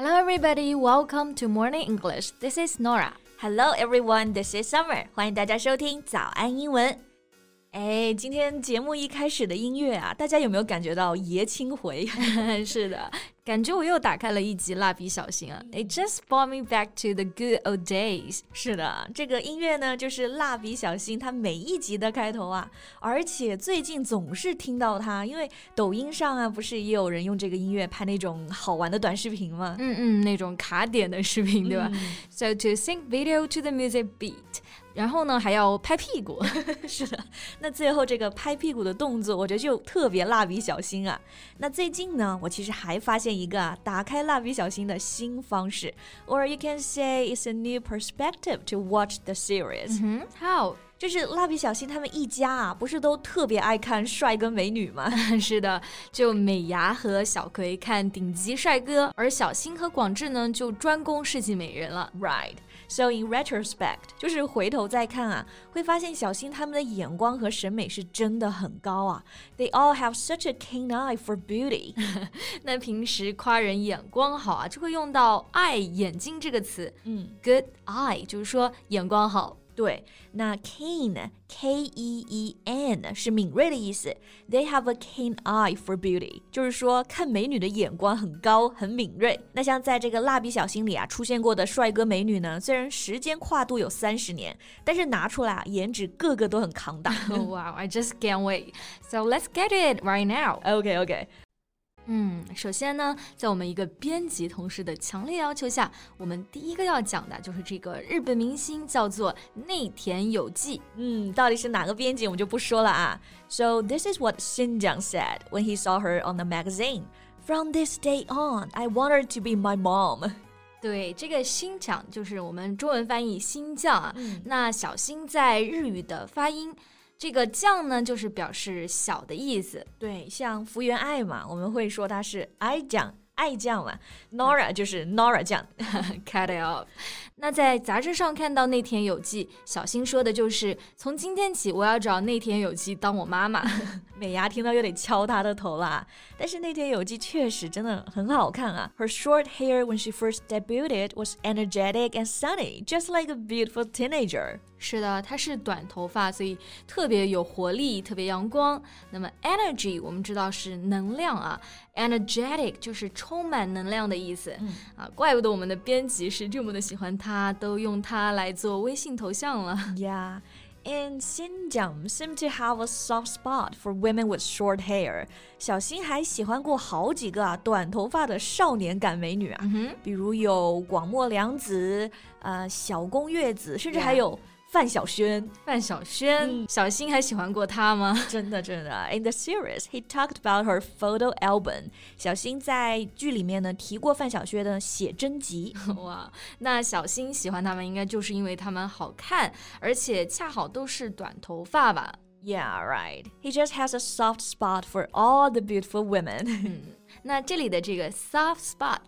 everybody, welcome to Morning English. This is Nora. Hello everyone, this is Summer. 欢迎大家收听早安英文。哎，今天节目一开始的音乐啊，大家有没有感觉到爷青回？ 是的，感觉我又打开了一集《蜡笔小新》啊。It just brought me back to the good old days. 是的，这个音乐呢，就是《蜡笔小新》它每一集的开头啊，而且最近总是听到它，因为抖音上啊，不是也有人用这个音乐拍那种好玩的短视频吗？嗯嗯，那种卡点的视频，对吧、s o to sync video to the music beat，然后呢还要拍屁股。是的，那最后这个拍屁股的动作，我觉得就特别蜡笔小新啊。那最近呢，我其实还发现一个啊，打开蜡笔小新的新方式，or you can say it's a new perspective to watch the series、 嗯，How？就是蜡笔小新他们一家啊，不是都特别爱看帅哥美女吗？是的，就美伢和小葵看顶级帅哥，而小新和广志呢就专攻世纪美人了。 Right. So in retrospect，就是回头再看啊，会发现小新他们的眼光和审美是真的很高啊。They all have such a keen eye for beauty 那平时夸人眼光好啊，就会用到“爱眼睛”这个词。嗯，good eye 就是说眼光好。 对，那 keen k e e n 是敏锐的意思。They have a keen eye for beauty，就是说看美女的眼光很高，很敏锐。那像在这个《蜡笔小新》里啊出现过的帅哥美女呢，虽然时间跨度有三十年，但是拿出来啊，颜值个个都很 扛打。 Oh wow, I just can't wait. So let's get it right now. OK OK，嗯，首先呢，在我们一个编辑同事的强烈要求下，我们第一个要讲的就是这个日本明星叫做内田有纪。嗯，到底是哪个编辑我们就不说了啊。So this is what Xinjiang said when he saw her on the magazine. From this day on, I want her to be my mom. 对，这个新讲就是我们中文翻译新将啊。那小新在日语的发音，这个将呢就是表示小的意思。对，像福原爱嘛，我们会说她是爱酱爱酱嘛，Nora 就是 Nora 酱。 Cut it off。那在杂志上看到内田有纪，小新说的就是从今天起我要找内田有纪当我妈妈。 美伢听到又得敲她的头啦。但是那天有纪确实真的很好看啊。Her short hair when she first debuted was energetic and sunny, just like a beautiful teenager. 是的，她是短头发，所以特别有活力，特别阳光。那么 energy 我们知道是能量啊，energetic 就是充满能量的意思、啊，怪不得我们的编辑是这么的喜欢她，都用她来做微信头像了。 Yeah. And Xinjiang seem to have a soft spot for women with short hair. 小新还喜欢过好几个啊短头发的少年感美女啊，比如有广末凉子、呃小宫月子，甚至还 Yeah. 有范晓萱。范晓萱、小新还喜欢过她吗？真的真的，In the series, he talked about her photo album. 小新在剧里面呢提过范晓萱的写真 集。 哇，那小新喜欢他们，应该就是因为他们好看，而且恰好都是短头发吧。 Yeah, right. He just has a soft spot for all the beautiful women. 那这里的这个 soft spot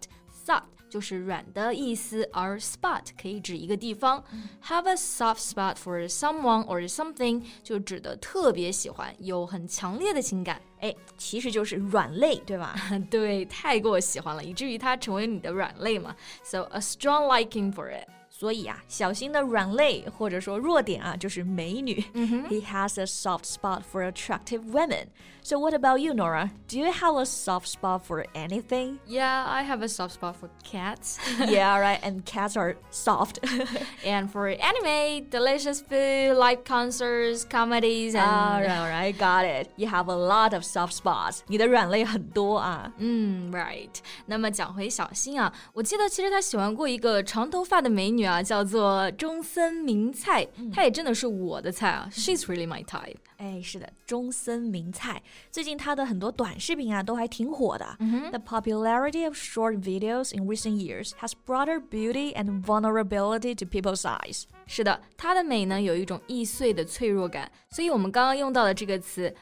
soft 就是软的意思，而 spot 可以指一个地方。Have a soft spot for someone or something 就指的特别喜欢，有很强烈的情感。 哎，其实就是软肋，对吧？对，太过喜欢了，以至于它成为你的软肋嘛。So a strong liking for it。所以啊，小新的软肋或者说弱点啊，就是美女。He has a soft spot for attractive women. So what about you, Nora? Do you have a soft spot for anything? Yeah, I have a soft spot for cats yeah, right. And cats are soft. and for anime, delicious food, live concerts, comedies, and All right, all right, got it. You have a lot of soft spots. 你的软肋很多啊。嗯，right。那么讲回小新啊，我记得其实他喜欢过一个长头发的美女啊，叫做中森明菜，她也真的是我的菜啊，She's really my type。哎，是的，中森明菜最近她的很多短视频啊，都还挺火的。The popularity of short videos in recent years has brought her beauty and vulnerability to people's eyes. 是的，她的美呢有一种易碎的脆弱感，所以我们刚刚用到的这个词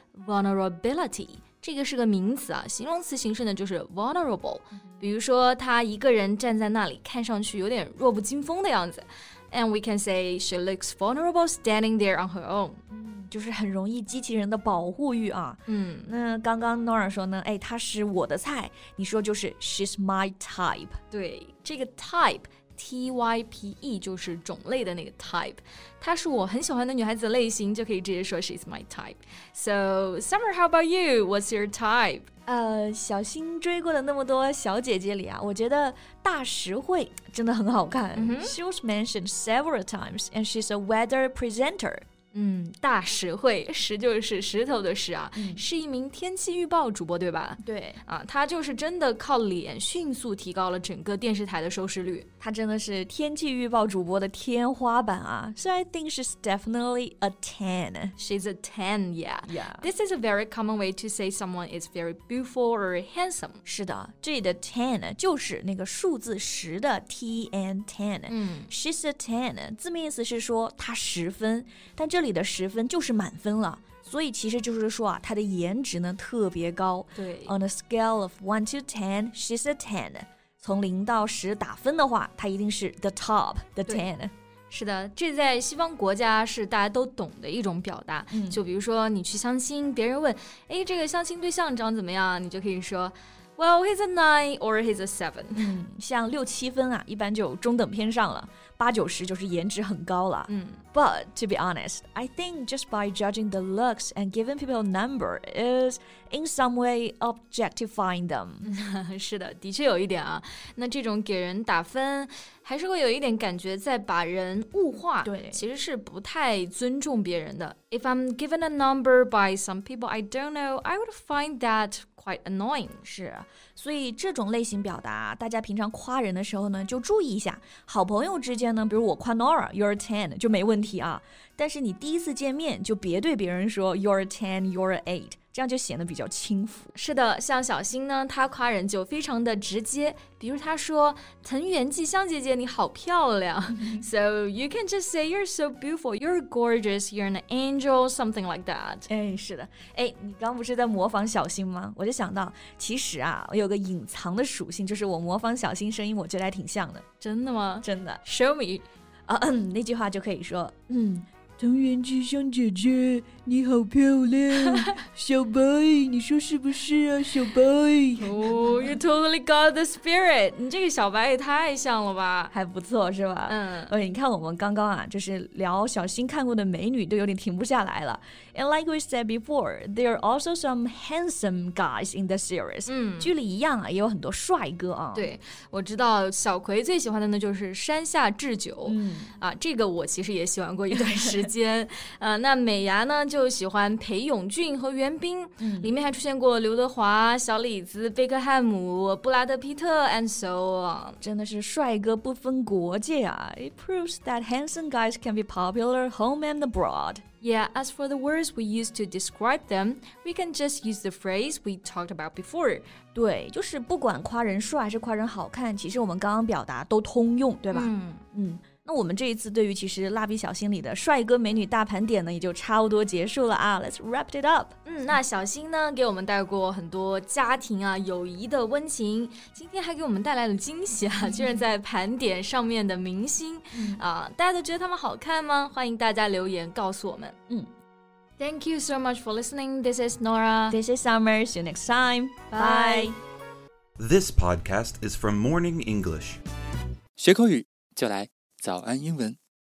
vulnerability，这个是个名词啊，形容词形式呢就是 vulnerable。比如说，她一个人站在那里，看上去有点弱不禁风的样子，and we can say she looks vulnerable standing there on her own。就是很容易激起人的保护欲啊。嗯，那刚刚 Nora 说呢，哎，她是我的菜，你说就是 she's my type。对，这个 type。T Y P E 就是种类的那个 type，她是我很喜欢的女孩子类型，就可以直接说 she's my type。So Summer, how about you? What's your type? 呃，小新追过的那么多小姐姐里啊，我觉得大实惠真的很好看。嗯哼 She was mentioned several times, and she's a weather presenter. 嗯，大实惠，石就是石头的石啊，嗯是一名天气预报主播，对吧？对，啊，她就是真的靠脸迅速提高了整个电视台的收视率。她真的是天气预报主播的天花板啊。So I think she's definitely a ten. She's a ten, yeah. Yeah. This is a very common way to say someone is very beautiful or handsome. 是的，这里的 ten 就是那个数字十的 t and ten。嗯 She's a ten，字面意思是说她十分，但这里的十分就是满分了，所以其实就是说啊，她的颜值呢特别高。对 On a scale of one to ten, she's a ten。从零到十打分的话，她一定是 the top the 对 ten。是的，这在西方国家是大家都懂的一种表达。嗯就比如说你去相亲，别人问，哎，这个相亲对象长怎么样？你就可以说，Well, he's a nine or he's a seven。嗯，像六七分啊，一般就中等偏上了，八九十就是颜值很高了。嗯 But to be honest, I think just by judging the looks and giving people a number is in some way objectifying them. 是的，的确有一点啊。那这种给人打分，还是会有一点感觉在把人物化，对其实是不太尊重别人的。If I'm given a number by some people I don't know, I would find that quite annoying. 是，所以这种类型表达，大家平常夸人的时候呢，就注意一下。好朋友之间呢，比如我夸 Nora you're a ten 就没问题啊，但是你第一次见面就别对别人说 you're a ten you're a eight，这样就显得比较轻浮。是的，像小新呢，他夸人就非常的直接，比如他说：“藤原纪香姐姐，你好漂亮。So you can just say you're so beautiful, you're gorgeous, you're an angel, something like that. 哎，是的，哎，你刚不是在模仿小新吗？我就想到，其实啊，我有个隐藏的属性，就是我模仿小新声音，我觉得还挺像的，真的吗真的。 ？Show me. 啊，嗯，那句话就可以说，嗯，藤原纪香姐姐，你好漂 亮，小白，你说是不是啊，小白？ Oh, you totally got the spirit. 你这个小白也太像了吧？还不错是吧？嗯哎，你看我们刚刚啊，就是聊小新看过的美女，都有点停不下来了。And like we said before, there are also some handsome guys in the series、嗯，剧里一样啊，也有很多帅哥啊。，对，我知道小葵最喜欢的呢就是山下智久。嗯，啊，这个我其实也喜欢过一段时间。 呃，那美伢呢就喜欢裴勇俊和袁冰，嗯里面还出现过刘德华、小李子、贝克汉姆、布拉德皮特，and so on。真的是帅哥不分国界啊！It proves that handsome guys can be popular home and abroad。 Yeah, as for the words we use to describe them, we can just use the phrase we talked about before. 对，就是不管夸人帅还是夸人好看，其实我们刚刚表达都通用，对吧？嗯，嗯那我们这一次对于其实《蜡笔小新》里的帅哥美女大盘点呢，也就差不多结束了啊。Let's wrap it up。嗯，那小新呢，给我们带过很多家庭啊、友谊的温情，今天还给我们带来了惊喜啊！居然在盘点上面的明星 啊、大家都觉得他们好看吗？欢迎大家留言告诉我们。嗯，Thank you so much for listening. This is Nora. This is Summer. See you next time. 啊 Bye. This podcast is from Morning English. 学口语就来早安英文。